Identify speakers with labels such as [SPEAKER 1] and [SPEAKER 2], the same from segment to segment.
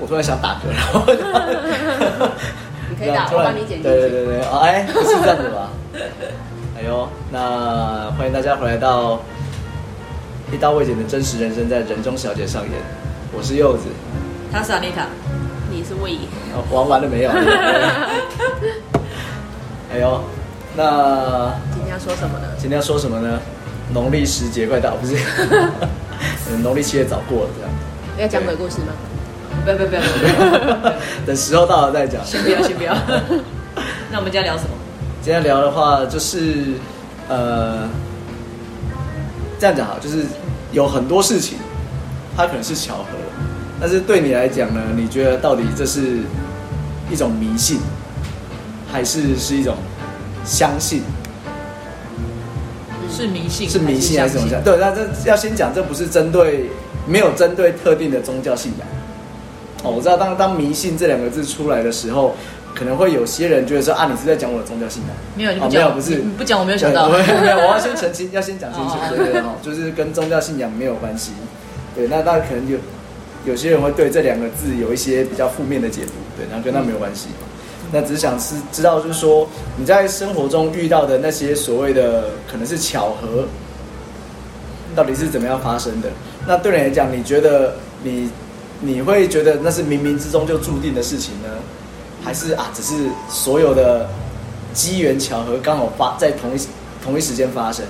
[SPEAKER 1] 我突然想打嗝，然后
[SPEAKER 2] 你可以
[SPEAKER 1] 然
[SPEAKER 2] 打，
[SPEAKER 1] 后突
[SPEAKER 2] 我
[SPEAKER 1] 然
[SPEAKER 2] 帮你剪进
[SPEAKER 1] 对对
[SPEAKER 2] 去。
[SPEAKER 1] 对对，哦，哎，不是这样子吧？哎呦，那欢迎大家回来到一刀未剪的真实人生，在人中小姐上演，我是柚子，
[SPEAKER 3] 他是 Anita，
[SPEAKER 2] 你是魏姨，
[SPEAKER 1] 哦玩完了 没有？哎呦，那
[SPEAKER 2] 今天要说什么呢？
[SPEAKER 1] 今天要说什么呢？农历十节快到，不 是？嗯农历七月早过了，这样。
[SPEAKER 2] 要讲鬼故事吗？
[SPEAKER 3] 不要不要不要不要，
[SPEAKER 1] 等时候到了再讲。
[SPEAKER 3] 先不要先不要。 那我们今天聊什么？
[SPEAKER 1] 今天聊的话就是，呃，这样讲好，就是有很多事情，它可能是巧合，但是对你来讲呢，你觉得到底这是一种迷信，还是是一种相信？
[SPEAKER 2] 嗯
[SPEAKER 3] 是迷信，
[SPEAKER 1] 是迷信还是什么
[SPEAKER 3] 相
[SPEAKER 1] 相
[SPEAKER 3] 信？
[SPEAKER 1] 对，那这要先讲，这不是针对，没有针对特定的宗教信仰。哦，我知道当当迷信这两个字出来的时候，可能会有些人觉得说啊，你是在讲我的宗教信仰。
[SPEAKER 3] 没有，你
[SPEAKER 1] 哦
[SPEAKER 3] 不
[SPEAKER 1] 没
[SPEAKER 3] 讲，
[SPEAKER 1] 有，不是
[SPEAKER 3] 你不讲，我没有想到。
[SPEAKER 1] 对我没 有，我要先澄清，要先讲清楚
[SPEAKER 3] 哦，
[SPEAKER 1] 对对对，哦就是跟宗教信仰没有关系。对，那那可能有有些人会对这两个字有一些比较负面的解读，对，那跟他没有关系。那只是想是知道，就是说你在生活中遇到的那些所谓的可能是巧合，到底是怎么样发生的？那对你来讲，你觉得你你会觉得那是冥冥之中就注定的事情呢，还是啊，只是所有的机缘巧合刚好发在同一同一时间发生？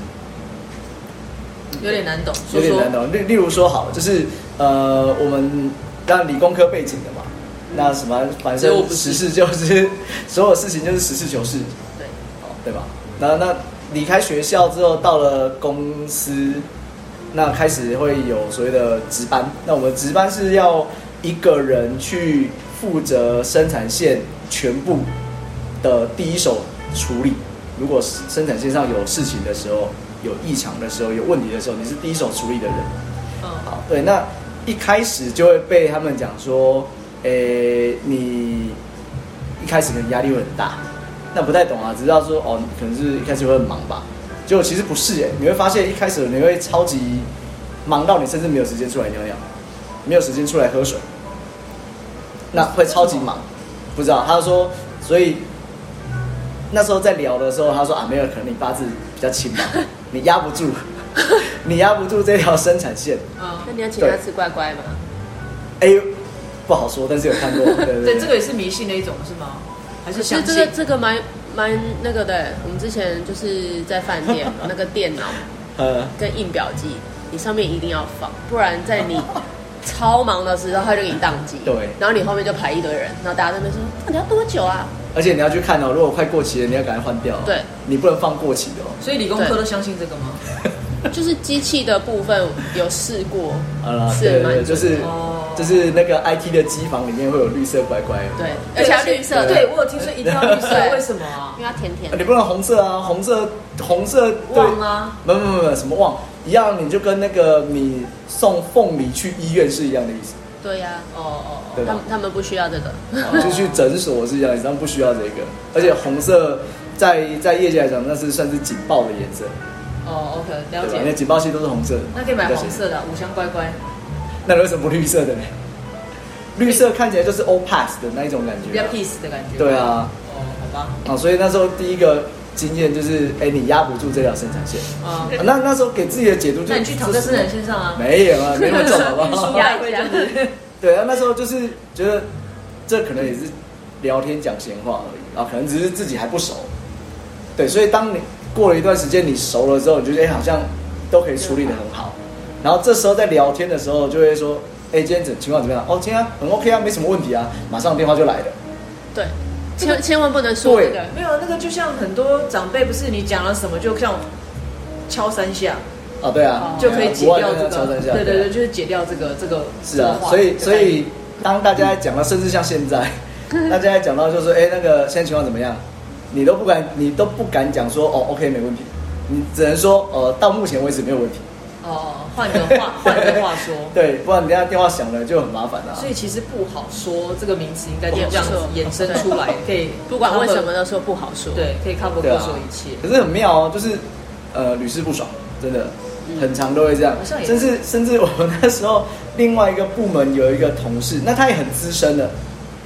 [SPEAKER 3] 有点难懂，
[SPEAKER 1] 有
[SPEAKER 3] 说
[SPEAKER 1] 点
[SPEAKER 3] 说
[SPEAKER 1] 难懂。例例如说好，就是呃，我们让理工科背景的嘛，那什么反
[SPEAKER 3] 所以我
[SPEAKER 1] 正
[SPEAKER 3] 不
[SPEAKER 1] 实
[SPEAKER 3] 是
[SPEAKER 1] 事就是 所有事情就是实事求是，
[SPEAKER 3] 对，
[SPEAKER 1] 哦对吧？那那离开学校之后，到了公司，那开始会有所谓的值班。那我们值班是要一个人去负责生产线全部的第一手处理。如果生产线上有事情的时候，有异常的时候，有问题的时候，你是第一手处理的人。
[SPEAKER 3] 嗯，
[SPEAKER 1] 好，对，那一开始就会被他们讲说，诶、你一开始可能压力会很大，那不太懂啊，只知道说哦，你可能是一开始会很忙吧，结果其实不是诶、你会发现一开始你会超级忙到你甚至没有时间出来尿尿，没有时间出来喝水，那会超级忙，不知道他说，所以那时候在聊的时候，他说啊，没有，可能你八字比较轻吧，你压不住， 你压不住这条生产线。
[SPEAKER 3] 嗯
[SPEAKER 2] 那，你要请他吃乖乖吗？
[SPEAKER 1] 哎、不好说，但是有看 过。对对
[SPEAKER 3] 对，这个也是迷信的一种是吗？还
[SPEAKER 2] 可
[SPEAKER 3] 是
[SPEAKER 2] 是
[SPEAKER 3] 相
[SPEAKER 2] 这
[SPEAKER 3] 信
[SPEAKER 2] 个？这个蛮蛮那个的，我们之前就是在饭店那个电脑
[SPEAKER 1] 呃，
[SPEAKER 2] 跟印表机，你上面一定要放，不然在你超忙的时候，它就给你宕机。
[SPEAKER 1] 对
[SPEAKER 2] 然后你后面就排一堆人，然后大家在那边说，到底要多久啊？
[SPEAKER 1] 而且你要去看哦，如果快过期了，你要赶快换掉、哦。
[SPEAKER 2] 对，
[SPEAKER 1] 你不能放过期的哦。
[SPEAKER 3] 所以理工科都相信这个吗？
[SPEAKER 2] 就是机器的部分有试过
[SPEAKER 1] 好啦，
[SPEAKER 2] 是
[SPEAKER 1] 啊对
[SPEAKER 2] 蛮
[SPEAKER 1] 对对，就是、
[SPEAKER 3] 哦
[SPEAKER 1] 就是那个 IT 的机房里面会有绿色乖乖。
[SPEAKER 2] 对，而且要绿色的，
[SPEAKER 3] 对我有听说一定要绿色
[SPEAKER 2] 对，
[SPEAKER 3] 为什么啊
[SPEAKER 2] 因？为它甜甜
[SPEAKER 1] 啊，
[SPEAKER 2] 的。
[SPEAKER 1] 你不能红色啊，红色红色对
[SPEAKER 3] 忘啊，
[SPEAKER 1] 没有没有没有什么忘，一样你就跟那个你送凤梨去医院是一样的意思，
[SPEAKER 2] 对呀、
[SPEAKER 3] 哦哦
[SPEAKER 1] 对啊
[SPEAKER 2] 他
[SPEAKER 1] 吧
[SPEAKER 2] 们？他们不需要这个。
[SPEAKER 1] 哦就去诊所是一样的意思，但不需要这 个。而且红色在在业界来讲，那是算是警报的颜色，
[SPEAKER 3] 哦哦，OK，了
[SPEAKER 1] 对吧？因为
[SPEAKER 3] 解。
[SPEAKER 1] 警报器都是红色的嘛。
[SPEAKER 3] 那可以买
[SPEAKER 1] 比较
[SPEAKER 3] 红色的啊五香乖乖，
[SPEAKER 1] 那为什么不绿色的呢？绿色看起来就是 all pass 的那一种感
[SPEAKER 3] 比
[SPEAKER 1] 觉
[SPEAKER 3] 较
[SPEAKER 1] 啊、
[SPEAKER 3] peace 的感觉。
[SPEAKER 1] 对。啊，
[SPEAKER 3] 哦，好吧。
[SPEAKER 1] 啊，所以那时候第一个经验就是，哎、你压不住这条生产线。
[SPEAKER 3] 啊，
[SPEAKER 1] 啊那那时候给自己的解读就
[SPEAKER 3] 那你去躺在生产线上啊？
[SPEAKER 1] 没有啊，没那么重好 不好？
[SPEAKER 3] 压一下。
[SPEAKER 1] 对啊，那时候就是觉得这可能也是聊天讲闲话而已啊，可能只是自己还不熟。对，所以当你过了一段时间，你熟了之后，你就觉得哎、好像都可以处理的很好。然后这时候在聊天的时候，就会说，哎、今天怎情况怎么样？哦，今天、啊、很 OK 啊，没什么问题啊，马上电话就来了。
[SPEAKER 2] 对，千千万不能说这个
[SPEAKER 1] 对。
[SPEAKER 3] 没有那个，就像很多长辈不是你讲了什么，就像敲三下
[SPEAKER 1] 啊，对啊，
[SPEAKER 3] 就可以解
[SPEAKER 1] 国外
[SPEAKER 3] 掉这
[SPEAKER 1] 那超
[SPEAKER 3] 个
[SPEAKER 1] 三。下啊
[SPEAKER 3] 对对对，，就是解掉这个这个。
[SPEAKER 1] 是啊
[SPEAKER 3] 这个，话
[SPEAKER 1] 所以
[SPEAKER 3] 这个
[SPEAKER 1] 所以当大家讲到，甚至像现 在，大家讲到就是，哎、那个现在情况怎么样？你都不敢，你都不敢讲说，哦，OK，没问题。你只能说，呃，到目前为止没有问题。
[SPEAKER 3] 哦，换个话换个话说。
[SPEAKER 1] 对，不然你等下电话响了就很麻烦啊了、
[SPEAKER 3] 所以其实不好说这个名词应该就这样子衍生出来，可 以
[SPEAKER 2] 不管为什么的时候不好说。，
[SPEAKER 3] 对，可以 cover
[SPEAKER 1] 对啊
[SPEAKER 3] 过所有一切。
[SPEAKER 1] 可是很妙哦，就是，呃，屡试不爽，真的。很常都会这样
[SPEAKER 3] 嗯好像。也
[SPEAKER 1] 甚至甚至我那时候另外一个部门有一个同事，那他也很资深的，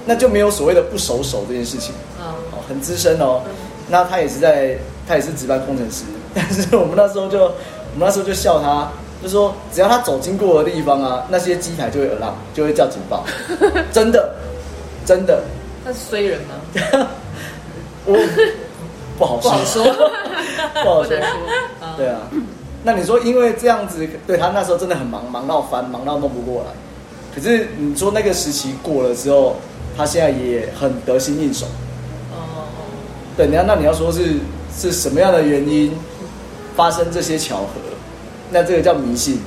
[SPEAKER 1] 那就没有所谓的不熟手这件事情。
[SPEAKER 3] 嗯，
[SPEAKER 1] 哦，很资深哦。那他也是在，他也是值班工程师， 但是我们那时候就，我们那时候就笑他，就说只要他走经过的地方啊，那些机台就会耳浪，就会叫警报，真的，真的，
[SPEAKER 3] 他是衰人吗？
[SPEAKER 1] 我不好
[SPEAKER 3] 不好
[SPEAKER 1] 说，
[SPEAKER 3] 说，
[SPEAKER 1] 不好
[SPEAKER 2] 不
[SPEAKER 1] 说
[SPEAKER 2] 能，说。
[SPEAKER 1] 对啊。那你说，因为这样子，对他那时候真的很忙，忙到翻，忙到弄不过来。可是你说那个时期过了之后，他现在也很得心应手。
[SPEAKER 3] 哦，
[SPEAKER 1] 对，你要那你要说是是什么样的原因发生这些巧合？那这个叫迷信，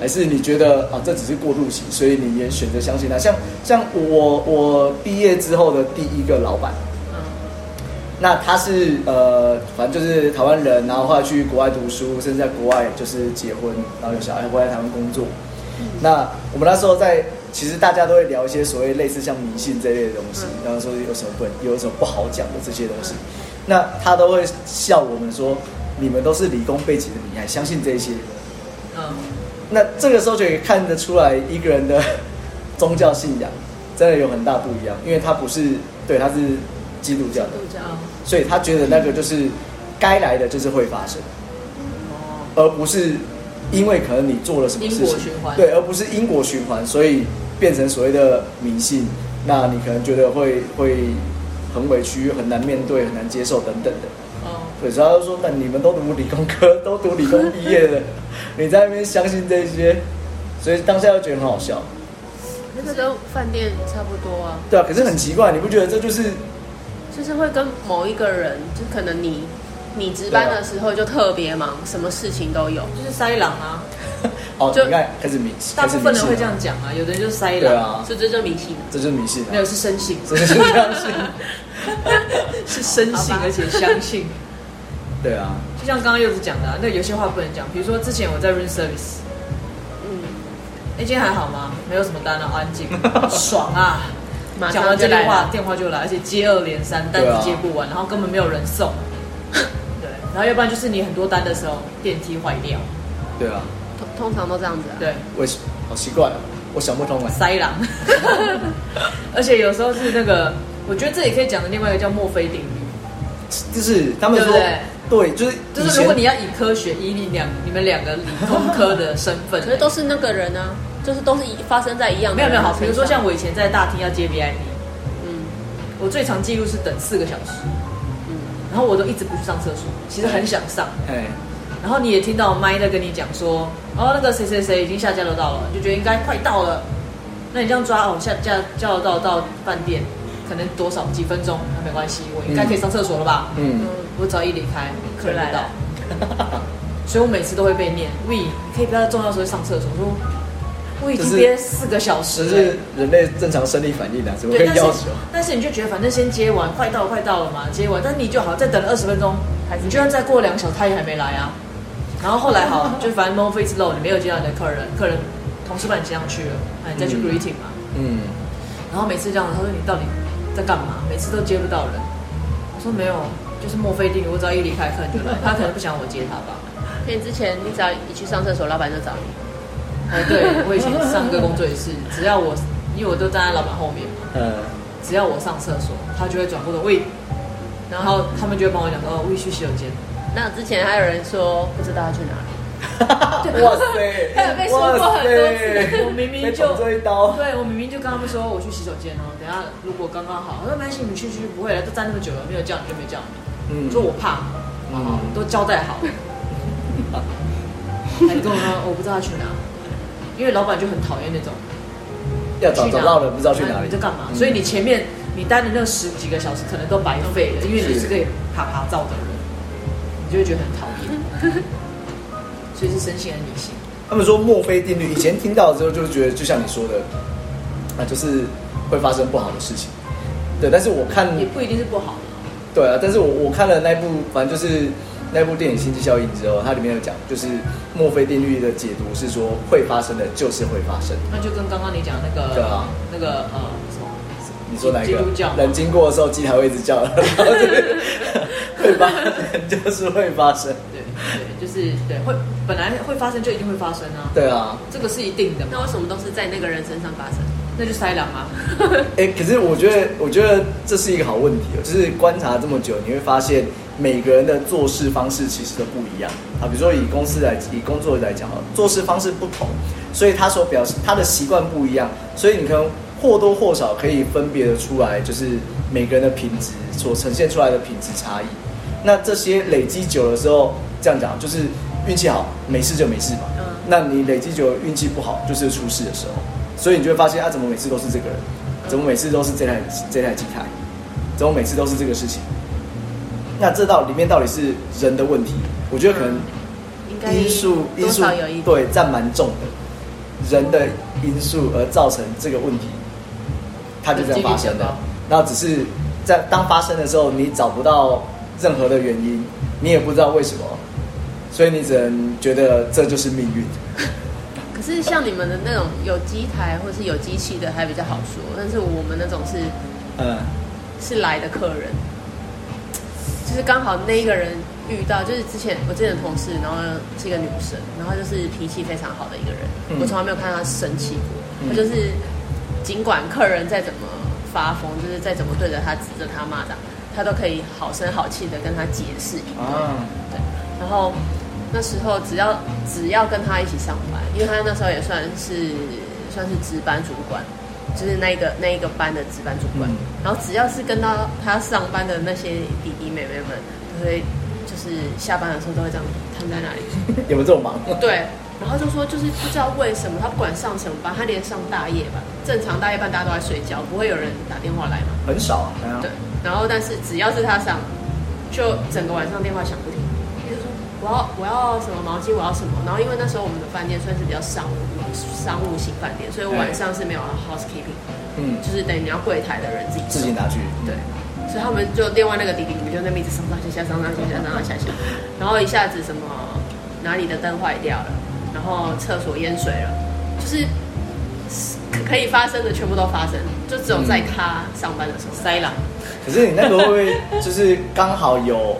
[SPEAKER 1] 还是你觉得啊这只是过渡期，所以你也选择相信他？像像我我毕业之后的第一个老板，
[SPEAKER 3] 嗯，
[SPEAKER 1] 那他是呃，反正就是台湾人，然后后来去国外读书，甚至在国外就是结婚，然后有小孩，回来台湾工作。那我们那时候在，其实大家都会聊一些所谓类似像迷信这类的东西，然后说有什么不能有什么不好讲的这些东西，那他都会笑我们说，你们都是理工背景的，你还相信这些？
[SPEAKER 3] 嗯，
[SPEAKER 1] 那这个时候就可以看得出来一个人的宗教信仰真的有很大不一样，因为他不是对他是基督教的。
[SPEAKER 2] 度假，
[SPEAKER 3] 嗯，
[SPEAKER 1] 所以他觉得那个就是该来的就是会发生，
[SPEAKER 3] 哦，
[SPEAKER 1] 而不是因为可能你做了什么事情，
[SPEAKER 3] 因果循环
[SPEAKER 1] 对，而不是因果循环，所以变成所谓的迷信。那你可能觉得会会很委屈，很难面对，很难接受等等的。
[SPEAKER 3] 哦，
[SPEAKER 1] 对，所以他就说：“那你们都读理工科，都读理工毕业 的，你在那边相信这些，所以当下就觉得很好笑。
[SPEAKER 2] 那个跟饭店差不多啊，
[SPEAKER 1] 对啊，可是很奇怪，你不觉得这就是
[SPEAKER 2] 就是会跟某一个人，就可能你你值班的时候就特别忙，什么事情都有。
[SPEAKER 3] 就是塞狼啊，
[SPEAKER 1] 哦？
[SPEAKER 2] 就
[SPEAKER 1] 你看开始迷，
[SPEAKER 3] 大部
[SPEAKER 1] 开
[SPEAKER 3] 分人会这
[SPEAKER 1] 始迷信了，
[SPEAKER 3] 样讲啊，有的人就是塞
[SPEAKER 1] 对
[SPEAKER 3] 狼，
[SPEAKER 1] 啊，
[SPEAKER 2] 所以这就迷信了。
[SPEAKER 1] 这就是迷信啊
[SPEAKER 3] 没有是深信，
[SPEAKER 1] 这就是这样信。
[SPEAKER 3] 是深
[SPEAKER 2] 好
[SPEAKER 3] 信
[SPEAKER 2] 吧
[SPEAKER 3] 而且相信。
[SPEAKER 1] 对啊，
[SPEAKER 3] 就像刚刚柚子讲的、啊，那有些话不能讲，比如说之前我在 room service，
[SPEAKER 2] 嗯，
[SPEAKER 3] 哎，今天还好吗？没有什么单啊，安静，爽啊！
[SPEAKER 2] 马
[SPEAKER 3] 讲完
[SPEAKER 2] 上
[SPEAKER 3] 这句
[SPEAKER 2] 就来
[SPEAKER 3] 话，
[SPEAKER 2] 了。
[SPEAKER 3] 电话就来，而且接二连三，单子
[SPEAKER 1] 对啊
[SPEAKER 3] 接不完，然后根本没有人送。对，然后要不然就是你很多单的时候，电梯坏掉，
[SPEAKER 1] 对啊，
[SPEAKER 2] 通通常都这样子啊。
[SPEAKER 3] 对，
[SPEAKER 1] 我也是好奇怪、哦，我想不通哎、
[SPEAKER 3] 塞狼。 而且有时候是那个，我觉得这也可以讲的另外一个叫墨菲定律，
[SPEAKER 1] 就是他们说
[SPEAKER 3] 对
[SPEAKER 1] 对，就是
[SPEAKER 3] 就
[SPEAKER 1] 以
[SPEAKER 3] 是
[SPEAKER 1] 前
[SPEAKER 3] 如果你要以科学以你两你们两个理工科的身份，
[SPEAKER 2] 可是都是那个人啊，就是都是一发生在一样的
[SPEAKER 3] 没有没有好，比如说像
[SPEAKER 2] 我，
[SPEAKER 3] 我以前在大厅要接 VIP，
[SPEAKER 2] 嗯
[SPEAKER 3] 我最长记录是等四个小时，
[SPEAKER 2] 嗯，
[SPEAKER 3] 然后我都一直不去上厕所，其实很想上。
[SPEAKER 1] 哎，
[SPEAKER 3] 然后你也听到麦在跟你讲说，哦，那个谁谁谁已经下交流道了，你就觉得应该快到了。那你这样抓哦，下下交流道到饭店，可能多少几分钟，那没关系，我应该可以上厕所了吧？
[SPEAKER 1] 嗯，
[SPEAKER 3] 我只要一离开，客人
[SPEAKER 2] 来
[SPEAKER 3] 就到
[SPEAKER 2] 了，
[SPEAKER 3] 所以我每次都会被念，We，你可以不要在重要的时候上厕所，我说我已
[SPEAKER 1] 就
[SPEAKER 3] 经
[SPEAKER 1] 是
[SPEAKER 3] 憋四个小时
[SPEAKER 1] 只
[SPEAKER 3] 了。
[SPEAKER 1] 是人类正常生理反应啊，怎么
[SPEAKER 3] 对，
[SPEAKER 1] 会
[SPEAKER 3] 但是
[SPEAKER 1] 要求？
[SPEAKER 3] 但是你就觉得反正先接完，快到了快到了嘛，接完，但你就好再等二十分钟，
[SPEAKER 2] 还是
[SPEAKER 3] 你就算再过两小时，他也还没来啊。然后后来好，就反正 m o f i s low，你没有接到你的客人，客人同事把你接上去了，那你再去
[SPEAKER 1] 嗯
[SPEAKER 3] greeting 嘛。
[SPEAKER 1] 嗯，
[SPEAKER 3] 然后每次这样，他说你到底在干嘛？每次都接不到人。我说没有，啊就是墨菲定律，我只要一离开客人就来，他可能不想我接他吧。
[SPEAKER 2] 所以之前你只要一去上厕所，老板就找你。
[SPEAKER 3] 哎，对我以前上个工作也是，只要我因为我都站在老板后面嘛。
[SPEAKER 1] 呃，
[SPEAKER 3] 只要我上厕所，他就会转过头喂，然后他们就会帮我讲说哦，喂去洗手间。
[SPEAKER 2] 那之前还有人说不知道要去哪里，
[SPEAKER 1] 哇塞，
[SPEAKER 3] 他有被说过很多次
[SPEAKER 1] 哇塞
[SPEAKER 3] 我明明
[SPEAKER 1] 被
[SPEAKER 3] 就
[SPEAKER 1] 捅这一刀，
[SPEAKER 3] 哦对我明明就跟他们说我去洗手间哦，等一下如果刚刚好，我说没关系，你们去去，不会了，都站那么久了，没有叫你就没叫你，
[SPEAKER 1] 嗯，
[SPEAKER 3] 说我怕，
[SPEAKER 1] 嗯
[SPEAKER 3] 都交代好 了，还跟我说我不知道他去哪，因为老板就很讨厌那种
[SPEAKER 1] 要找
[SPEAKER 3] 去哪
[SPEAKER 1] 找到人不知道去哪
[SPEAKER 3] 啊
[SPEAKER 1] 里，
[SPEAKER 3] 你在干嘛？
[SPEAKER 1] 嗯
[SPEAKER 3] 所以你前面你待的那十几个小时可能都白费了，因为你
[SPEAKER 1] 是
[SPEAKER 3] 是个爬爬照的人，你就会觉得很讨厌， 所以是身心很迷信。
[SPEAKER 1] 他们说墨菲定律，以前听到之后就觉得，就像你说的，啊，就是会发生不好的事情。对，但是我看
[SPEAKER 3] 也不一定是不好
[SPEAKER 1] 对啊，但是我我看了那部，反正就是那部电影《星际效应》之后，它里面有讲，就是墨菲定律的解读是说，会发生的就是会发生。
[SPEAKER 3] 那就跟刚刚你讲那个
[SPEAKER 1] 对啊
[SPEAKER 3] 那个呃什么
[SPEAKER 1] 你说哪一
[SPEAKER 3] 基
[SPEAKER 1] 个
[SPEAKER 3] 督教？
[SPEAKER 1] 人经过的时候，鸡还会一直叫，然后就是 会发生，就是会发生。
[SPEAKER 3] 对对，就是对会本来会发生就一定会发生啊，
[SPEAKER 1] 对啊，
[SPEAKER 3] 这个是一定的嘛，
[SPEAKER 2] 那为什么都是在那个人身上发生？
[SPEAKER 3] 那就塞狼啊。
[SPEAKER 1] 哎、可是我觉得，我觉得这是一个好问题哦。就是观察这么久，你会发现每个人的做事方式其实都不一样啊。比如说以公司来，以工作来讲哦，做事方式不同，所以他所表示他的习惯不一样，所以你可能或多或少可以分别的出来，就是每个人的品质所呈现出来的品质差异。那这些累积久了之后，这样讲就是运气好，没事就没事嘛。
[SPEAKER 2] 嗯
[SPEAKER 1] 那你累积久了运气不好，就是出事的时候，所以你就会发现啊，怎么每次都是这个人，怎么每次都是这台这台机台，怎么每次都是这个事情？那这到里面到底是人的问题？我觉得可能
[SPEAKER 2] 应该
[SPEAKER 1] 因素因
[SPEAKER 2] 多
[SPEAKER 1] 素
[SPEAKER 2] 少有一点。
[SPEAKER 1] 对占蛮重的，人的因素而造成这个问题，它就这样发生
[SPEAKER 3] 几率比较
[SPEAKER 1] 的
[SPEAKER 3] 高。
[SPEAKER 1] 然后只是在当发生的时候，你找不到任何的原因，你也不知道为什么，所以你只能觉得这就是命运。
[SPEAKER 2] 可是像你们的那种有机台或是有机器的还比较好说，但是我们那种是
[SPEAKER 1] 嗯，
[SPEAKER 2] 是来的客人，就是刚好那一个人遇到，就是之前我之前的同事，然后是一个女生，然后就是脾气非常好的一个人，
[SPEAKER 1] 嗯
[SPEAKER 2] 我从来没有看到她生气过，
[SPEAKER 1] 嗯
[SPEAKER 2] 她就是尽管客人再怎么发疯，就是再怎么对着她指着她骂她，她都可以好声好气的跟她解释一顿。
[SPEAKER 1] 啊，
[SPEAKER 2] 对，然后那时候只要只要跟他一起上班，因为他那时候也算是算是值班主管，就是那一个那一个班的值班主管。
[SPEAKER 1] 嗯
[SPEAKER 2] 然后只要是跟到他上班的那些弟弟妹妹们，都会就是下班的时候都会这样瘫在那里。
[SPEAKER 1] 有没有这种忙？
[SPEAKER 2] 对，然后就说就是不知道为什么他不管上什么班，他连上大夜班，正常大夜班大家都在睡觉，不会有人打电话来嘛。
[SPEAKER 1] 很少啊，对啊
[SPEAKER 2] 对，然后但是只要是他上，就整个晚上电话响不停，一直说我要我要什么毛巾，我要什么。然后因为那时候我们的饭店算是比较商务商务型饭店，所以我晚上是没有 housekeeping，
[SPEAKER 1] 嗯，
[SPEAKER 2] 就是等于你要柜台的人自己
[SPEAKER 1] 自己
[SPEAKER 2] 收
[SPEAKER 1] 拿去。
[SPEAKER 2] 对，所以他们就另外那个弟弟，你们就在那边一直上上下下，上上下下，上上下下，然后一下子什么哪里的灯坏掉了，然后厕所淹水了，就是可可以发生的全部都发生，就只有在他上班的时候。
[SPEAKER 3] 嗯塞狼，
[SPEAKER 1] 可是你那个会不会就是刚好有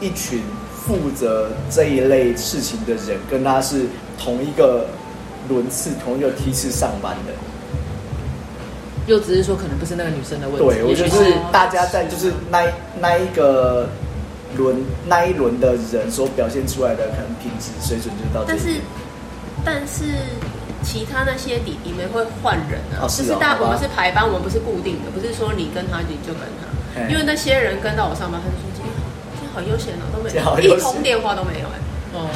[SPEAKER 1] 一群负责这一类事情的人，跟他是同一个轮次、同一个梯次上班的？
[SPEAKER 3] 又只是说可能不是那个女生的问题，
[SPEAKER 1] 对，我
[SPEAKER 3] 也
[SPEAKER 1] 觉
[SPEAKER 3] 许
[SPEAKER 1] 得
[SPEAKER 3] 是
[SPEAKER 1] 是大家在就是那一那一个轮那一轮的人所表现出来的可能品质水准就到这
[SPEAKER 2] 但
[SPEAKER 1] 里。
[SPEAKER 2] 是，但是其他那些弟弟们会换人
[SPEAKER 1] 哦
[SPEAKER 2] 啊，
[SPEAKER 1] 是
[SPEAKER 2] 就是
[SPEAKER 1] 哦
[SPEAKER 2] 大
[SPEAKER 1] 好吧
[SPEAKER 2] 我们是排班，我们不是固定的，不是说你跟他你就跟他，
[SPEAKER 1] 嘿
[SPEAKER 2] 因为那些人跟到我上班，他就说今天好，今天好悠闲哦，都没
[SPEAKER 1] 今天 好
[SPEAKER 2] 有
[SPEAKER 1] 悠
[SPEAKER 2] 一
[SPEAKER 1] 闲
[SPEAKER 2] 通电话都没有哎、
[SPEAKER 3] 哦，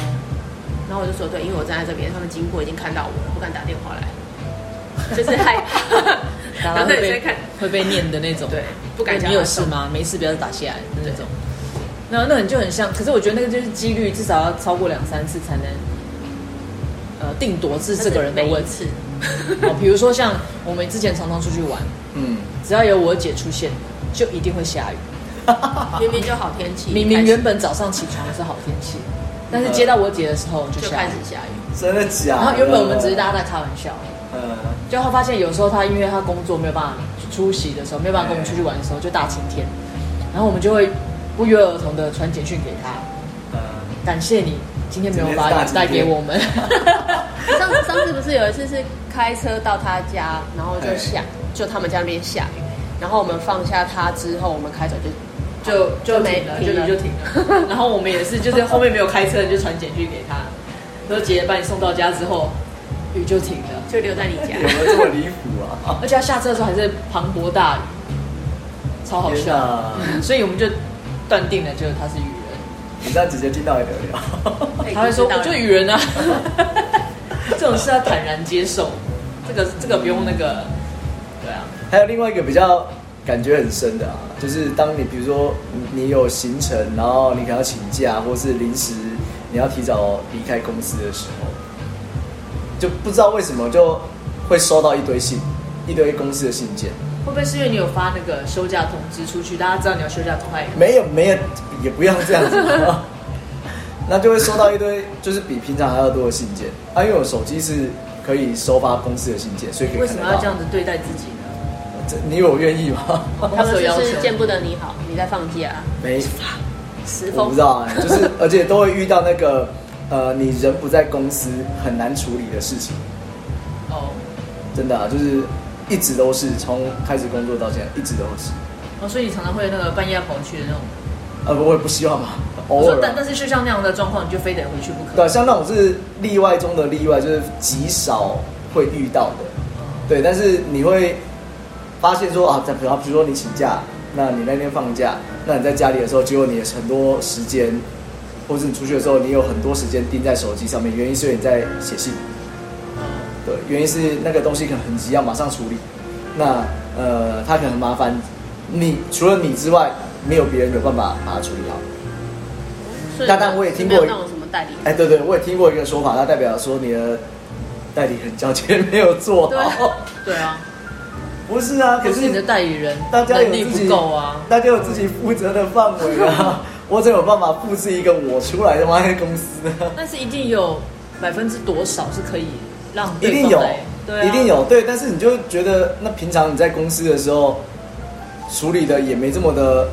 [SPEAKER 2] 然后我就说对，因为我站在这边，他们经过已经看到我了，不敢打电话来，就是 害怕，
[SPEAKER 3] 打
[SPEAKER 2] 然
[SPEAKER 3] 到
[SPEAKER 2] 后
[SPEAKER 3] 会
[SPEAKER 2] 对，在
[SPEAKER 3] 被
[SPEAKER 2] 看，
[SPEAKER 3] 会被念的那种，
[SPEAKER 2] 对，不敢叫
[SPEAKER 3] 你
[SPEAKER 2] 他
[SPEAKER 3] 有事
[SPEAKER 2] 走？
[SPEAKER 3] 吗？没事，不要打下来的那种。那那你就很像，可是我觉得那个就是几率，至少要超过两三次才能，呃，定夺是这个人的
[SPEAKER 2] 但是每
[SPEAKER 3] 问
[SPEAKER 2] 一
[SPEAKER 3] 题。
[SPEAKER 2] 次，
[SPEAKER 3] 哦，比如说像我们之前常常出去玩，
[SPEAKER 1] 嗯，
[SPEAKER 3] 只要有我姐出现，就一定会下雨。
[SPEAKER 2] 明明就好天气，
[SPEAKER 3] 明
[SPEAKER 2] 一开
[SPEAKER 3] 明
[SPEAKER 2] 始
[SPEAKER 3] 原本早上起床是好天气，但是接到我姐的时候就
[SPEAKER 2] 就
[SPEAKER 3] 下
[SPEAKER 2] 开
[SPEAKER 3] 雨
[SPEAKER 2] 始。下雨。
[SPEAKER 1] 真的假的？
[SPEAKER 3] 然后原本我们
[SPEAKER 1] 哦
[SPEAKER 3] 只是大家在开玩笑，
[SPEAKER 1] 呃，
[SPEAKER 3] 就她发现有时候她因为她工作没有办法出席的时候，没有办法跟我们出去玩的时候，就大晴天，然后我们就会不约而同的传简讯给她，
[SPEAKER 1] 呃
[SPEAKER 3] 感谢你今天没有把雨带给我们。
[SPEAKER 2] 上上次不是有一次是开车到他家，然后就下，就他们家那边下雨，然后我们放下他之后，我们开走就就就没
[SPEAKER 3] 就
[SPEAKER 2] 停了
[SPEAKER 3] 就停了。 然后我们也是，就是后面没有开车，就传简讯给他，说姐姐把你送到家之后，雨就停了。
[SPEAKER 2] 就留在你
[SPEAKER 1] 有
[SPEAKER 2] 家
[SPEAKER 1] 没。有这么离谱啊？
[SPEAKER 3] 而且他下车的时候还是磅礴大雨，超好
[SPEAKER 1] 天
[SPEAKER 3] 笑。嗯
[SPEAKER 1] 哪！
[SPEAKER 3] 所以我们就断定了，就是他是雨人。
[SPEAKER 1] 你这样直接听到也得了。
[SPEAKER 2] 哎
[SPEAKER 3] 他会说
[SPEAKER 2] 不知
[SPEAKER 3] 我
[SPEAKER 2] 道
[SPEAKER 3] 就雨 人啊，这种事要坦然接受。这个这个不用那个，对啊，
[SPEAKER 1] 还有另外一个比较感觉很深的啊，就是当你比如说你你有行程，然后你可能要请假，或是临时你要提早离开公司的时候，就不知道为什么就会收到一堆信，一堆公司的信件。
[SPEAKER 3] 会不会是因为你有发那个休假通知出去，大家知道你要休假，赶快
[SPEAKER 1] 没有没有，也不要这样子。 那就会收到一堆，就是比平常还要多的信件。啊，因为我手机是可以收发公司的信件，所以可以
[SPEAKER 3] 为
[SPEAKER 1] 看
[SPEAKER 3] 什
[SPEAKER 1] 得
[SPEAKER 3] 么
[SPEAKER 1] 到。
[SPEAKER 3] 要这样子对待自己呢？
[SPEAKER 1] 这你以为我愿意吗？
[SPEAKER 2] 他们就是见不得你好，你在放假，
[SPEAKER 1] 没，
[SPEAKER 2] 时
[SPEAKER 1] 我
[SPEAKER 2] 风
[SPEAKER 1] 不知道哎、就是而且都会遇到那个呃，你人不在公司很难处理的事情，
[SPEAKER 3] 哦，
[SPEAKER 1] 真的、啊、就是一直都是从开始工作到现在一直都是，
[SPEAKER 3] 哦，所以你常常会那个半夜要跑去的那种。
[SPEAKER 1] 呃，我也不希望嘛，偶
[SPEAKER 3] 我
[SPEAKER 1] 尔
[SPEAKER 3] 说
[SPEAKER 1] 啊、
[SPEAKER 3] 但但是就像那样的状况，你就非得回去不可。
[SPEAKER 1] 对，啊像那种是例外中的例外，就是极少会遇到的。对，但是你会发现说啊，比方比如说你请假，那你那天放假，那你在家里的时候，结果你有很多时间，或者你出去的时候，你有很多时间盯在手机上面，原因是因为你在写信。对，原因是那个东西可能很急，要马上处理。那呃，它可能很麻烦，你除了你之外，没有别人有办法把它处理好。
[SPEAKER 2] 所以
[SPEAKER 1] 但但我也听过
[SPEAKER 2] 没有那种什么代理，
[SPEAKER 1] 哎，对对，我也听过一个说法，它代表说你的代理人交接没有做好。
[SPEAKER 3] 对啊，
[SPEAKER 1] 不是啊，可
[SPEAKER 3] 可是你的
[SPEAKER 1] 是
[SPEAKER 3] 代理人
[SPEAKER 1] 大家有
[SPEAKER 3] 能力
[SPEAKER 1] 自己
[SPEAKER 3] 不够啊。
[SPEAKER 1] 大家有自己负责的范围啊。我怎么有办法复制一个我出来的外面公司呢？
[SPEAKER 3] 但是一定有百分之多少是可以让
[SPEAKER 1] 一
[SPEAKER 3] 对
[SPEAKER 1] 定
[SPEAKER 3] 方
[SPEAKER 1] 有
[SPEAKER 3] 来，对、啊，
[SPEAKER 1] 一定。有对，但是你就觉得那平常你在公司的时候处理的也没这么的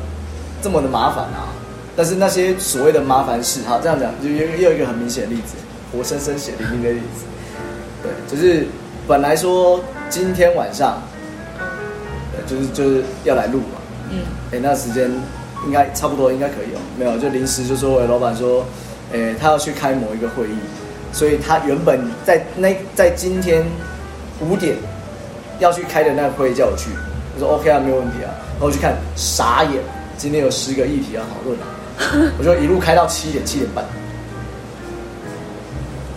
[SPEAKER 1] 这么的麻烦啊。但是那些所谓的麻烦事，好这样讲，就又又一个很明显的例子，活生生血淋淋的例子。对，就是本来说今天晚上，呃，就是就是要来录嘛，
[SPEAKER 3] 嗯，
[SPEAKER 1] 哎、那时间应该差不多，应该可以哦。没有，就临时就说，我的老板说，哎、他要去开某一个会议，所以他原本在那在今天五点要去开的那个会议叫我去，我说 OK 啊，没有问题啊。然后我去看，傻眼，今天有十个议题要讨论啊，我就一路开到七点七点半。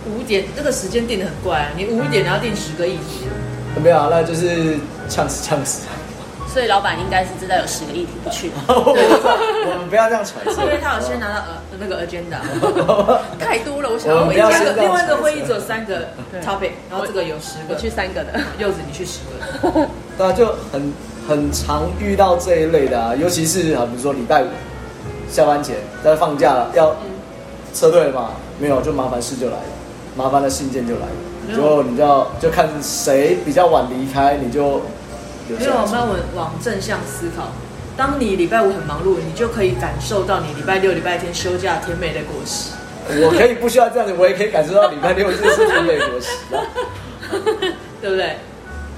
[SPEAKER 3] 五点这个时间定的很怪啊，你五点然后定十个议题，
[SPEAKER 1] 没有啊，那就是呛死呛死。
[SPEAKER 2] 所以老板应该是知道有十个议题不去，
[SPEAKER 1] 我们不要这样揣测，
[SPEAKER 3] 因为他有先拿到呃那个 agenda。
[SPEAKER 2] 太多了，我想
[SPEAKER 1] 我们
[SPEAKER 2] 要回
[SPEAKER 1] 不要
[SPEAKER 2] 家
[SPEAKER 1] 先
[SPEAKER 2] 了
[SPEAKER 1] 这
[SPEAKER 3] 另外一个
[SPEAKER 1] 样
[SPEAKER 3] 会议
[SPEAKER 1] 揣
[SPEAKER 3] 只
[SPEAKER 1] 测
[SPEAKER 3] 有三个
[SPEAKER 2] 对
[SPEAKER 3] topic，然后这个有十
[SPEAKER 2] 我
[SPEAKER 3] 个，
[SPEAKER 2] 去三个的，
[SPEAKER 3] 柚子你去十个，
[SPEAKER 1] 对啊，就很很常遇到这一类的啊，尤其是啊，比如说礼拜五下班前，大家放假了，要
[SPEAKER 3] 嗯
[SPEAKER 1] 车队了嘛，没有就麻烦事就来了，麻烦的信件就来了，
[SPEAKER 3] 没
[SPEAKER 1] 之
[SPEAKER 3] 有
[SPEAKER 1] 后你就要就看谁比较晚离开，你就有
[SPEAKER 3] 没有，我们要往往正向思考。当你礼拜五很忙碌，你就可以感受到你礼拜六、礼拜天休假甜美的果实。
[SPEAKER 1] 我可以不需要这样子，我也可以感受到礼拜六日是很美 国时啊。
[SPEAKER 3] 对不对？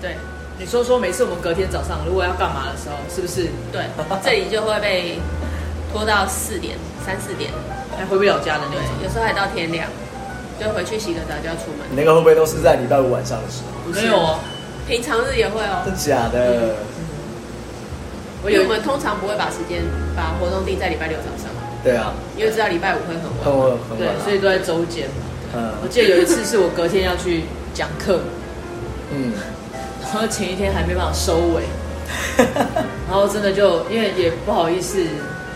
[SPEAKER 2] 对
[SPEAKER 3] 你说说，每次我们隔天早上如果要干嘛的时候，是不是
[SPEAKER 2] 对，这里就会被拖到四点三四点，
[SPEAKER 3] 还回不了家的那种？
[SPEAKER 2] 对，有时候还到天亮，就回去洗个澡就要出门。
[SPEAKER 1] 你那个会不会都是在礼拜五晚上的时候？
[SPEAKER 2] 不是
[SPEAKER 3] 没有哦，
[SPEAKER 2] 平常日也会哦
[SPEAKER 3] 嗯
[SPEAKER 1] 真，假的？
[SPEAKER 3] 我
[SPEAKER 2] 因
[SPEAKER 3] 有
[SPEAKER 2] 为我们通常不会把时间把活动定在礼拜六早上，
[SPEAKER 1] 对啊，
[SPEAKER 2] 因为知道礼拜五会很
[SPEAKER 1] 很
[SPEAKER 2] 晚。
[SPEAKER 1] 晚很晚
[SPEAKER 3] 对，
[SPEAKER 1] 啊。
[SPEAKER 3] 所以都在周间嘛。
[SPEAKER 1] 嗯
[SPEAKER 3] 我记得有一次是我隔天要去讲课，
[SPEAKER 1] 嗯，
[SPEAKER 3] 然后前一天还没办法收尾，然后真的就因为也不好意思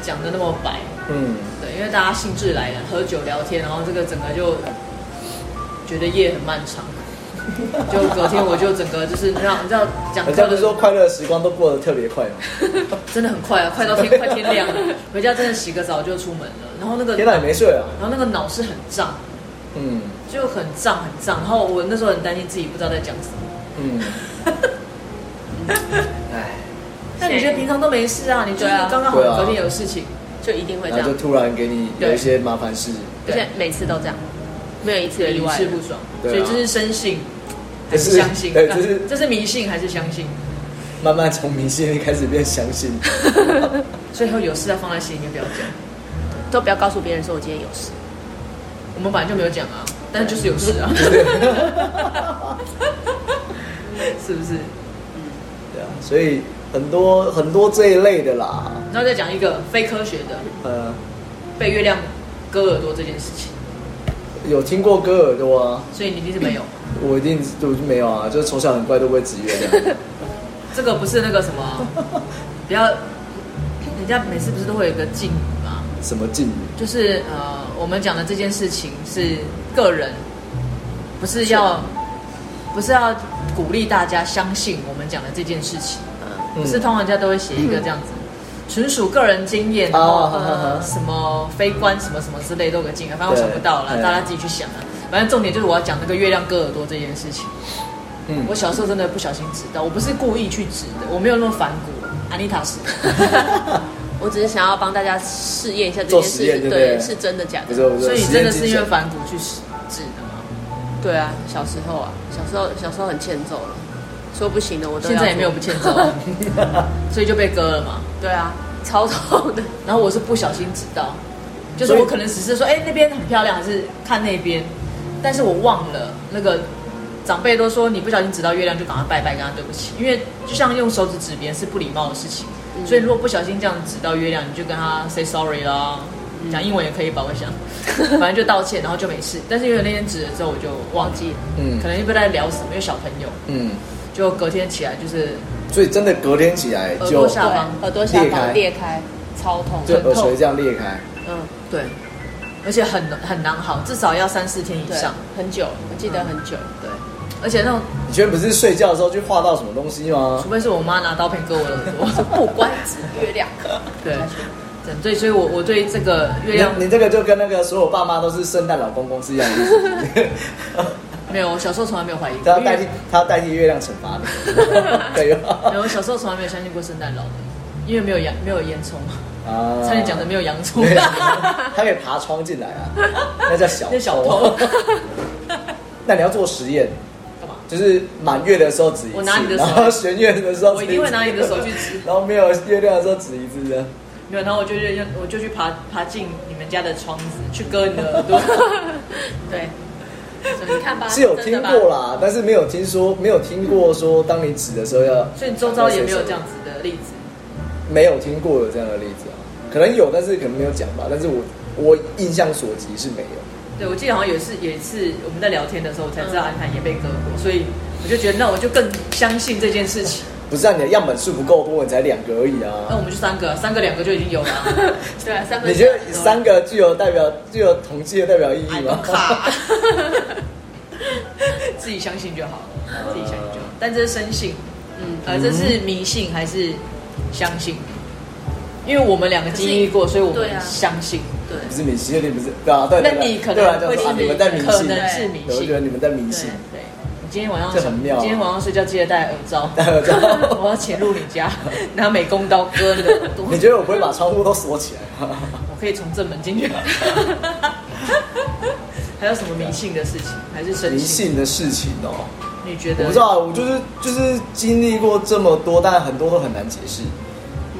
[SPEAKER 3] 讲的那么白，
[SPEAKER 1] 嗯，
[SPEAKER 3] 对，因为大家兴致来了，喝酒聊天，然后这个整个就觉得夜很漫长。就隔天我就整个就是你知道你知道讲
[SPEAKER 1] 人
[SPEAKER 3] 课
[SPEAKER 1] 家不
[SPEAKER 3] 的
[SPEAKER 1] 是说快乐的时光都过得特别快吗？
[SPEAKER 3] 真的很快啊，快到天快天亮了，回家真的洗个澡就出门了。然后那个，
[SPEAKER 1] 天哪，你没睡啊？
[SPEAKER 3] 然后那个脑是很胀，
[SPEAKER 1] 嗯
[SPEAKER 3] 就很胀很胀。然后我那时候很担心自己不知道在讲什么。
[SPEAKER 1] 嗯，哎，
[SPEAKER 3] 但你觉得平常都没事啊？你就是
[SPEAKER 2] 对啊
[SPEAKER 3] 刚刚好
[SPEAKER 1] 对啊
[SPEAKER 3] 隔天有事情，
[SPEAKER 2] 就一定会这
[SPEAKER 1] 然
[SPEAKER 2] 样
[SPEAKER 1] 后就，突然给你有一些麻烦事，
[SPEAKER 2] 而且每次都这样，没有一次有意
[SPEAKER 3] 屡
[SPEAKER 2] 外
[SPEAKER 3] 试
[SPEAKER 2] 的。
[SPEAKER 3] 不爽。
[SPEAKER 1] 对啊
[SPEAKER 3] 所以这是深信还
[SPEAKER 1] 这
[SPEAKER 3] 是
[SPEAKER 1] 是
[SPEAKER 3] 相信？
[SPEAKER 1] 对这是
[SPEAKER 3] 这是迷信还是相信？
[SPEAKER 1] 慢慢从迷信开始变相信。
[SPEAKER 3] 所以以后有事要放在心里面不要讲。
[SPEAKER 2] 都不要告诉别人说我今天有事。
[SPEAKER 3] 我们本来就没有讲啊，但就是有事 啊，是不是？
[SPEAKER 1] 对啊，所以很多很多这一类的啦，
[SPEAKER 3] 然后再讲一个非科学的
[SPEAKER 1] 呃，
[SPEAKER 3] 被月亮割耳朵这件事情，
[SPEAKER 1] 有听过割耳朵啊？
[SPEAKER 3] 所以你一定是没有。
[SPEAKER 1] 我一定我就没有啊，就是从小很乖都不会指月亮。
[SPEAKER 3] 这个不是那个什么，不要，人家每次不是都会有一个敬语吗？
[SPEAKER 1] 什么敬语？
[SPEAKER 3] 就是呃，我们讲的这件事情是个人，不是要，不是要鼓励大家相信我们讲的这件事情，
[SPEAKER 2] 嗯，
[SPEAKER 1] 嗯
[SPEAKER 3] 不是通常人家都会写一个这样子。纯属个人经验，然后
[SPEAKER 1] 哦呵呵
[SPEAKER 3] 呃什么非观什么什么之类都有个敬语，反正我想不到了，
[SPEAKER 1] 对
[SPEAKER 3] 大家自己去想啊。反正重点就是我要讲那个月亮割耳朵这件事情。
[SPEAKER 1] 嗯
[SPEAKER 3] 我小时候真的不小心指到，我不是故意去指的，我没有那么反骨。安妮 塔是，
[SPEAKER 2] 我只是想要帮大家试验一下这
[SPEAKER 1] 做
[SPEAKER 2] 件
[SPEAKER 1] 实
[SPEAKER 2] 事
[SPEAKER 1] 验
[SPEAKER 2] 情，
[SPEAKER 1] 对不对
[SPEAKER 2] 是真的假
[SPEAKER 1] 不
[SPEAKER 2] 的。
[SPEAKER 1] 错不错。
[SPEAKER 3] 所以你
[SPEAKER 1] 实
[SPEAKER 3] 真
[SPEAKER 1] 验
[SPEAKER 3] 的
[SPEAKER 1] 精
[SPEAKER 3] 是因为
[SPEAKER 1] 神
[SPEAKER 3] 反骨去指的吗？
[SPEAKER 2] 对啊，小时候啊，小时候小时候很欠揍了，说不行的
[SPEAKER 1] 啊
[SPEAKER 2] 我都要
[SPEAKER 3] 现在也没有
[SPEAKER 2] 做
[SPEAKER 3] 不欠揍，啊所以就被割了嘛。
[SPEAKER 2] 对啊，超痛的。
[SPEAKER 3] 然后我是不小心知道，就是
[SPEAKER 1] 所以
[SPEAKER 3] 我可能只是说，哎、那边很漂亮，还是看那边，但是我忘了那个长辈都说你不小心指到月亮就赶快拜拜，跟他对不起，因为就像用手指指别人是不礼貌的事情，
[SPEAKER 2] 嗯
[SPEAKER 3] 所以如果不小心这样指到月亮，你就跟他 say sorry 啦，
[SPEAKER 1] 嗯
[SPEAKER 3] 讲英文也可以吧，我想，反正就道歉，然后就没事。但是因为那天指了之后，我就忘记了，
[SPEAKER 1] 嗯
[SPEAKER 3] 可能也不知道在聊什么，因为小朋友，
[SPEAKER 1] 嗯，
[SPEAKER 3] 就隔天起来就是
[SPEAKER 1] 所以真的隔天起来
[SPEAKER 3] 耳
[SPEAKER 1] 就
[SPEAKER 3] 朵下方
[SPEAKER 2] 耳朵下
[SPEAKER 1] 裂开
[SPEAKER 2] 方裂开，超痛。
[SPEAKER 1] 就
[SPEAKER 3] 很
[SPEAKER 1] 耳
[SPEAKER 3] 痛
[SPEAKER 1] 垂这样裂开，
[SPEAKER 2] 嗯，
[SPEAKER 3] 对，而且很很难好，至少要三四天以
[SPEAKER 2] 对
[SPEAKER 3] 上。，
[SPEAKER 2] 很久，我记得很久。对，
[SPEAKER 3] 而且那种，
[SPEAKER 1] 你觉得不是睡觉的时候去划到什么东西吗
[SPEAKER 3] 除？非是我妈拿刀片割我的耳 朵，
[SPEAKER 2] 不关指 月亮，
[SPEAKER 3] 对，真 对，所以我我对这个月亮
[SPEAKER 1] 你你这个就跟那个所有爸妈都是圣诞老公公是一样的意思，
[SPEAKER 3] 没有，我小时候从来没有怀疑过，
[SPEAKER 1] 他要
[SPEAKER 3] 因
[SPEAKER 1] 代替
[SPEAKER 3] 为
[SPEAKER 1] 他要代替月亮惩罚 你，可以
[SPEAKER 3] 没有，
[SPEAKER 1] 吗？
[SPEAKER 3] 我小时候从来没有相信过圣诞老人，因为没有洋没有烟囱，
[SPEAKER 1] 啊
[SPEAKER 3] 差点讲的没有洋葱，
[SPEAKER 1] 对他可以爬窗进来啊，那叫小
[SPEAKER 3] 那小偷
[SPEAKER 1] 那你要做实验，
[SPEAKER 3] 干嘛？
[SPEAKER 1] 就是满月的时候指一次，
[SPEAKER 3] 我拿你的手
[SPEAKER 1] 然后弦月的时候指
[SPEAKER 3] 我
[SPEAKER 1] 一次，
[SPEAKER 3] 一定会拿你的手去 指
[SPEAKER 1] 然后没有月亮的时候指一次这样。
[SPEAKER 3] 没有，然后我就就我就去爬爬进你们家的窗子去割你的耳 朵，
[SPEAKER 2] 对。所以你看吧，
[SPEAKER 1] 是有
[SPEAKER 2] 真
[SPEAKER 1] 听
[SPEAKER 2] 的吧
[SPEAKER 1] 过啦，但是没有听说，没有听过说，当你指的时候要，
[SPEAKER 3] 所以你周遭也没有这样，子的例子。
[SPEAKER 1] 没有听过有这样的例子啊，可能有，但是可能没有讲吧，但是我我印象所及是没有，
[SPEAKER 3] 对，我记得好像有一次，有一次我们在聊天的时候，我才知道安涵也被割过，所以我就觉得那我就更相信这件事情。
[SPEAKER 1] 不是啊，你的样本数不够多，你才两个而已
[SPEAKER 3] 那
[SPEAKER 1] 啊，
[SPEAKER 3] 我们就三个，三个两个就已经有了啊，
[SPEAKER 2] 对啊，三分
[SPEAKER 1] 你
[SPEAKER 2] 之
[SPEAKER 1] 觉
[SPEAKER 2] 二
[SPEAKER 1] 得三个具有代表具有统计的代表意义吗？
[SPEAKER 3] 卡， 自己相信就好了，自己相信就好。但这是深信，
[SPEAKER 2] 嗯，
[SPEAKER 3] 呃，这是迷信还是相信？因为我们两个经历过，所以我
[SPEAKER 2] 对啊
[SPEAKER 3] 们相信。
[SPEAKER 2] 对，
[SPEAKER 1] 不是迷信，因为你不是对啊，对对
[SPEAKER 3] 那
[SPEAKER 1] 对
[SPEAKER 3] 你可
[SPEAKER 1] 对啊
[SPEAKER 3] 能
[SPEAKER 1] 对啊
[SPEAKER 3] 会
[SPEAKER 1] 对啊
[SPEAKER 3] 是
[SPEAKER 1] 你们在迷
[SPEAKER 3] 可
[SPEAKER 1] 信，
[SPEAKER 3] 能
[SPEAKER 1] 对
[SPEAKER 3] 是迷
[SPEAKER 1] 我觉得
[SPEAKER 3] 信。
[SPEAKER 1] 你们在迷信，
[SPEAKER 3] 对，你今天晚上
[SPEAKER 1] 这很妙啊
[SPEAKER 3] 你今天晚上睡觉记得戴耳罩。
[SPEAKER 1] 然后
[SPEAKER 3] 我要潜入你家，拿美工刀割你的耳朵。
[SPEAKER 1] 你觉得我不会把窗户都锁起来吗？
[SPEAKER 3] 我可以从正门进去？ 还有什么迷信的事情？还是
[SPEAKER 1] 迷
[SPEAKER 3] 神信？
[SPEAKER 1] 信的事情哦。
[SPEAKER 3] 你觉
[SPEAKER 1] 我
[SPEAKER 3] 得？
[SPEAKER 1] 不知道啊，我就是就是经历过这么多，但很多都很难解释。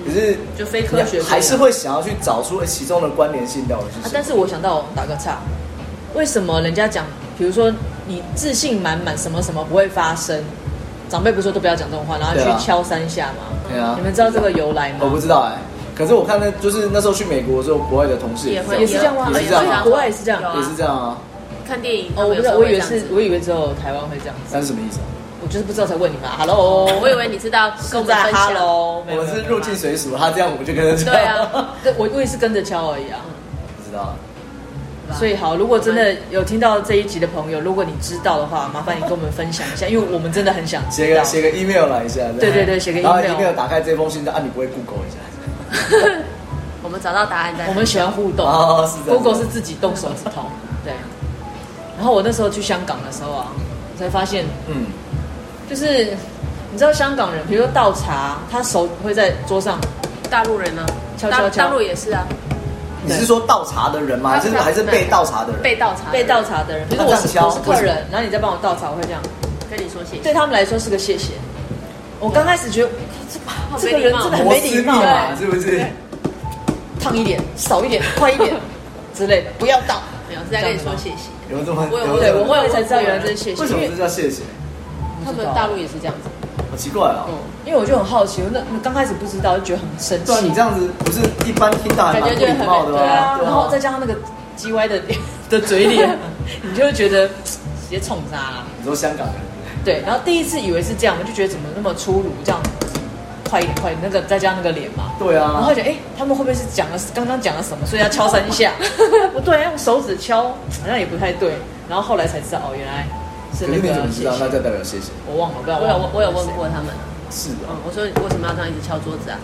[SPEAKER 1] 可是
[SPEAKER 3] 就非科
[SPEAKER 1] 你
[SPEAKER 3] 学不一样
[SPEAKER 1] 还是会想要去找出哎其中的关联性到底是什么。
[SPEAKER 3] 啊但是我想到，打个岔，为什么人家讲，比如说你自信满满，什么什么不会发生？长辈不是说都不要讲这种话，然后
[SPEAKER 1] 对啊
[SPEAKER 3] 去敲三下吗？
[SPEAKER 1] 对啊
[SPEAKER 3] 你们知道这个由来吗？
[SPEAKER 1] 我不知道哎、可是我看那就是那时候去美国的时候，国外的同事也
[SPEAKER 2] 也
[SPEAKER 1] 是
[SPEAKER 2] 会
[SPEAKER 1] 这样
[SPEAKER 3] 也是这样吗哎
[SPEAKER 1] 也是这样
[SPEAKER 3] 国外也是这样
[SPEAKER 2] 有啊
[SPEAKER 1] 也是这样啊。
[SPEAKER 2] 看电影，
[SPEAKER 3] 哦，我不知道，
[SPEAKER 2] 他
[SPEAKER 3] 我
[SPEAKER 2] 们
[SPEAKER 3] 以
[SPEAKER 2] 有
[SPEAKER 3] 为
[SPEAKER 2] 时候会
[SPEAKER 3] 是，我以为只有台湾会这样子，
[SPEAKER 1] 那是什么意思啊？
[SPEAKER 3] 我就是不知道才问你们。Hello，
[SPEAKER 2] 这样子哦我以为你知道，跟我们
[SPEAKER 3] 在
[SPEAKER 2] 分享。
[SPEAKER 3] Hello，
[SPEAKER 1] 我们是入境水鼠，他这样我们就跟着这
[SPEAKER 2] 对
[SPEAKER 1] 样。
[SPEAKER 2] 啊，
[SPEAKER 3] 跟我我也是跟着敲而已啊。
[SPEAKER 1] 不知道，
[SPEAKER 3] 所以好，如果真的有听到这一集的朋友，如果你知道的话，麻烦你跟我们分享一下， 因为我们真的很想
[SPEAKER 1] 写
[SPEAKER 3] 知道
[SPEAKER 1] 个。写个 email 来一下。这样
[SPEAKER 3] 啊对对对写个
[SPEAKER 1] 然后
[SPEAKER 3] email
[SPEAKER 1] email 打开这封信，啊，你不会 Google 一下？
[SPEAKER 2] 我们找到答案在哪。
[SPEAKER 3] 我们喜欢互动
[SPEAKER 1] 哦是这样
[SPEAKER 3] Google 是自己动手指头，对。然后我那时候去香港的时候啊，我才发现，
[SPEAKER 1] 嗯，
[SPEAKER 3] 就是你知道香港人，比如说倒茶，他手会在桌上，
[SPEAKER 2] 大陆人呢，
[SPEAKER 3] 敲敲
[SPEAKER 2] 大
[SPEAKER 3] 敲
[SPEAKER 2] 大陆也是啊，
[SPEAKER 1] 你是说倒茶的人吗？还
[SPEAKER 2] 他
[SPEAKER 1] 是还是被倒茶的人？
[SPEAKER 2] 被倒茶，
[SPEAKER 3] 被倒，茶的人，比如说
[SPEAKER 1] 他这
[SPEAKER 3] 我
[SPEAKER 1] 样
[SPEAKER 3] 是
[SPEAKER 1] 敲
[SPEAKER 3] 我是客人，然后你再帮我倒茶，我会这样，
[SPEAKER 2] 跟你说谢谢。
[SPEAKER 3] 对他们来说是个谢谢。我刚开始觉得
[SPEAKER 2] 好
[SPEAKER 3] 这
[SPEAKER 2] 没
[SPEAKER 3] 个
[SPEAKER 2] 礼
[SPEAKER 3] 人
[SPEAKER 2] 貌
[SPEAKER 3] 真的很
[SPEAKER 1] 摩
[SPEAKER 3] 没
[SPEAKER 1] 斯
[SPEAKER 3] 礼
[SPEAKER 1] 密
[SPEAKER 3] 貌，
[SPEAKER 1] 码
[SPEAKER 3] 对
[SPEAKER 1] 是不是？
[SPEAKER 3] 烫一点，少一点，快一 点之类的，不要倒。
[SPEAKER 2] 没有是在跟你说谢谢。
[SPEAKER 1] 有这么
[SPEAKER 2] 我有
[SPEAKER 1] 有
[SPEAKER 3] 对
[SPEAKER 1] 这
[SPEAKER 3] 我
[SPEAKER 1] 么
[SPEAKER 3] 后来才知道原来这是谢谢，
[SPEAKER 1] 为什
[SPEAKER 3] 因
[SPEAKER 1] 么
[SPEAKER 3] 为
[SPEAKER 1] 这叫谢谢？
[SPEAKER 2] 他们
[SPEAKER 3] 不知道
[SPEAKER 2] 大陆也是这样子，
[SPEAKER 1] 好奇怪啊、哦！
[SPEAKER 3] 因为我就很好奇，我那那刚开始不知道，就觉得很生
[SPEAKER 1] 对啊，你
[SPEAKER 3] 气
[SPEAKER 1] 这。样子不是一般听到还蛮不礼貌的吗？
[SPEAKER 2] 感觉就很对啊
[SPEAKER 3] 然后再加上那个叽歪的的嘴脸，你就会觉得直接冲他啦。
[SPEAKER 1] 你说香港人，
[SPEAKER 3] 对，然后第一次以为是这样，我就觉得怎么那么粗鲁，这样快一点，快一点那个再加上那个脸嘛。
[SPEAKER 1] 对
[SPEAKER 3] 然
[SPEAKER 1] 啊
[SPEAKER 3] 后，觉得哎、他们会不会是讲了刚刚讲了什么，所以要敲三下？ 不对，啊用手指敲好像也不太对。然后后来才知道，哦，原来是
[SPEAKER 1] 可
[SPEAKER 3] 那
[SPEAKER 1] 是你
[SPEAKER 3] 个
[SPEAKER 1] 怎么知道
[SPEAKER 3] 谢谢
[SPEAKER 1] 那叫代表谢谢？
[SPEAKER 3] 我忘了，不要
[SPEAKER 2] 我有我有问过他们，
[SPEAKER 1] 是
[SPEAKER 2] 嗯
[SPEAKER 1] 啊，，
[SPEAKER 2] 我说你为什么要这样一直敲桌子啊？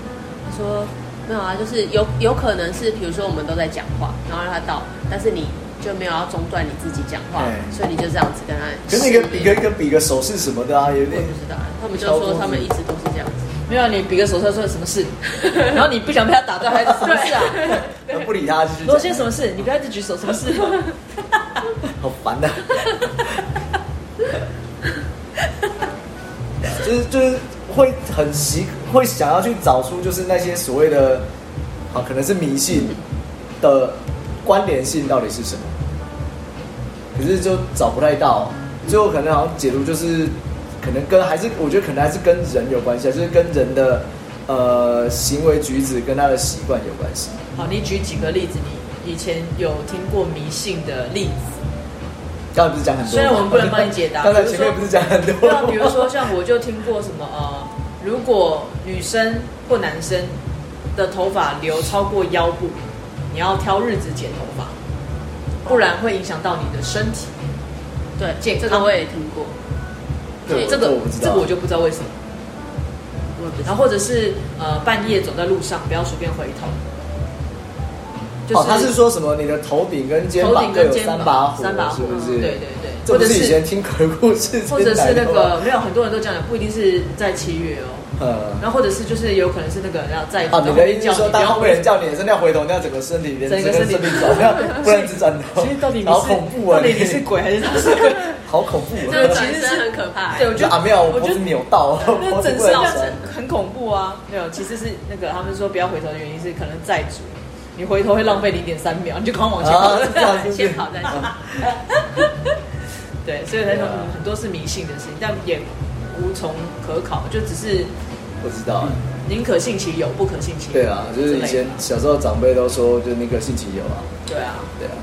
[SPEAKER 2] 他说没有啊，就是有有可能是，比如说我们都在讲话，然后让他倒，但是你就没有要中断你自己讲话
[SPEAKER 1] 哎，
[SPEAKER 2] 所以你就这样子跟他。
[SPEAKER 1] 可是你跟比个跟比个手势什么的啊，有
[SPEAKER 2] 我 也
[SPEAKER 1] 点
[SPEAKER 2] 不知道，他们就说他们一直都是这样子。
[SPEAKER 3] 没有啊你比个手势说什么 事，然后你不想被他打断，还是什么事啊？
[SPEAKER 1] 呃不理他，继续
[SPEAKER 3] 罗
[SPEAKER 1] 讲
[SPEAKER 3] 先生什么事？你不要一直举手，什么事？
[SPEAKER 1] 好烦的、就是就是会很习，会想要去找出就是那些所谓的，啊，可能是迷信的关联性到底是什么，可是就找不太到，最后可能好像解读就是，可能跟还是我觉得可能还是跟人有关系啊，就是跟人的呃行为举止跟他的习惯有关系。
[SPEAKER 3] 好，你举几个例子，你以前有听过迷信的例子？
[SPEAKER 1] 刚才不是讲很多吗，
[SPEAKER 3] 虽然我们不能帮你解 答
[SPEAKER 1] 刚才
[SPEAKER 3] 比如
[SPEAKER 1] 前
[SPEAKER 3] 说
[SPEAKER 1] 面不是讲很多
[SPEAKER 3] 对
[SPEAKER 1] 吗
[SPEAKER 3] 啊，比如说像我就听过什么呃，如果女生或男生的头发留超过腰部，你要挑日子剪头发，不然会影响到你的身体。
[SPEAKER 2] 对，
[SPEAKER 3] 健
[SPEAKER 2] 这
[SPEAKER 3] 康
[SPEAKER 2] 个我也听过，
[SPEAKER 1] 对
[SPEAKER 2] 所以
[SPEAKER 3] 这个
[SPEAKER 1] 我不知道
[SPEAKER 3] 这个我就不知道为什么。
[SPEAKER 2] 我也不知道。
[SPEAKER 3] 然后或者是呃半夜走在路上不要随便回头，就是、
[SPEAKER 1] 哦，他是说什么？你的头顶跟肩
[SPEAKER 3] 头
[SPEAKER 1] 膀
[SPEAKER 3] 顶
[SPEAKER 1] 各
[SPEAKER 3] 跟
[SPEAKER 1] 有
[SPEAKER 3] 肩
[SPEAKER 1] 三
[SPEAKER 3] 膀
[SPEAKER 1] 把火，
[SPEAKER 3] 三把火
[SPEAKER 1] 是不是？
[SPEAKER 3] 对对对，
[SPEAKER 1] 这
[SPEAKER 3] 或
[SPEAKER 1] 不
[SPEAKER 3] 者
[SPEAKER 1] 是以前听鬼故事，
[SPEAKER 3] 或者是那个没有很多人都这样讲，不一定是在七月哦。
[SPEAKER 1] 呃，
[SPEAKER 3] 然后或者是就是有可能是那个人要在
[SPEAKER 1] 啊，你的意思
[SPEAKER 3] 叫
[SPEAKER 1] 是说，
[SPEAKER 3] 你不
[SPEAKER 1] 当
[SPEAKER 3] 要
[SPEAKER 1] 后面人叫你的时候，你要回头，你要整个身体连
[SPEAKER 3] 整个
[SPEAKER 1] 身
[SPEAKER 3] 身
[SPEAKER 1] 体
[SPEAKER 3] 体
[SPEAKER 1] 转 向，不能只转头
[SPEAKER 3] 其实到底，你
[SPEAKER 1] 好
[SPEAKER 3] 是
[SPEAKER 1] 恐怖啊！
[SPEAKER 3] 到底你是鬼还是他是鬼？
[SPEAKER 1] 好恐怖
[SPEAKER 2] 这
[SPEAKER 1] 啊！
[SPEAKER 2] 个转身很可怕。欸
[SPEAKER 3] 对，我
[SPEAKER 1] 我觉
[SPEAKER 3] 觉得
[SPEAKER 1] 得啊，没有，我
[SPEAKER 3] 我
[SPEAKER 1] 脖
[SPEAKER 3] 觉
[SPEAKER 1] 子
[SPEAKER 3] 得
[SPEAKER 1] 扭到，
[SPEAKER 3] 那
[SPEAKER 1] 脖子
[SPEAKER 3] 整
[SPEAKER 1] 不啊能
[SPEAKER 3] 是要
[SPEAKER 1] 转。
[SPEAKER 3] 很恐怖啊！没有，其实是那个他们说不要回头的原因是可能债主，你回头会浪费零点三秒，你就赶快往前
[SPEAKER 1] 啊
[SPEAKER 3] 跑。，
[SPEAKER 1] 是这样是不是
[SPEAKER 2] 先跑再说
[SPEAKER 1] 啊
[SPEAKER 3] 对，所以那种
[SPEAKER 1] 对啊
[SPEAKER 3] 很多是迷信的事情，但也无从可考，就只是
[SPEAKER 1] 不知道。啊
[SPEAKER 3] 宁可信其有，不可信其无
[SPEAKER 1] 对啊，就是
[SPEAKER 3] 之类
[SPEAKER 1] 以
[SPEAKER 3] 嗯的
[SPEAKER 1] 前小时候长辈都说，就那个信其有啊。
[SPEAKER 3] 对啊，
[SPEAKER 1] 对啊，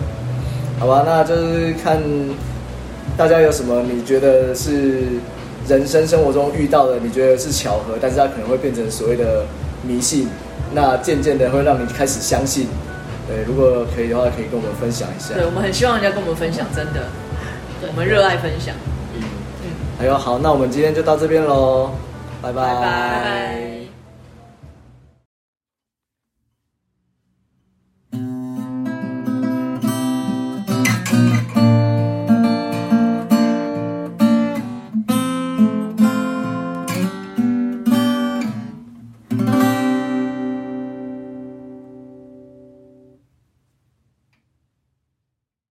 [SPEAKER 1] 好吧，那就是看大家有什么你觉得是人生生活中遇到的，你觉得是巧合，但是它可能会变成所谓的迷信，那渐渐的会让你开始相信。对，如果可以的话，可以跟我们分享一下。
[SPEAKER 3] 对我们很希望人家跟我们分享，真的，
[SPEAKER 2] 对
[SPEAKER 3] 我们热爱分享。
[SPEAKER 1] 嗯，
[SPEAKER 3] 嗯，
[SPEAKER 1] 还有好，那我们今天就到这边喽，拜
[SPEAKER 3] 拜
[SPEAKER 1] 拜
[SPEAKER 3] 拜。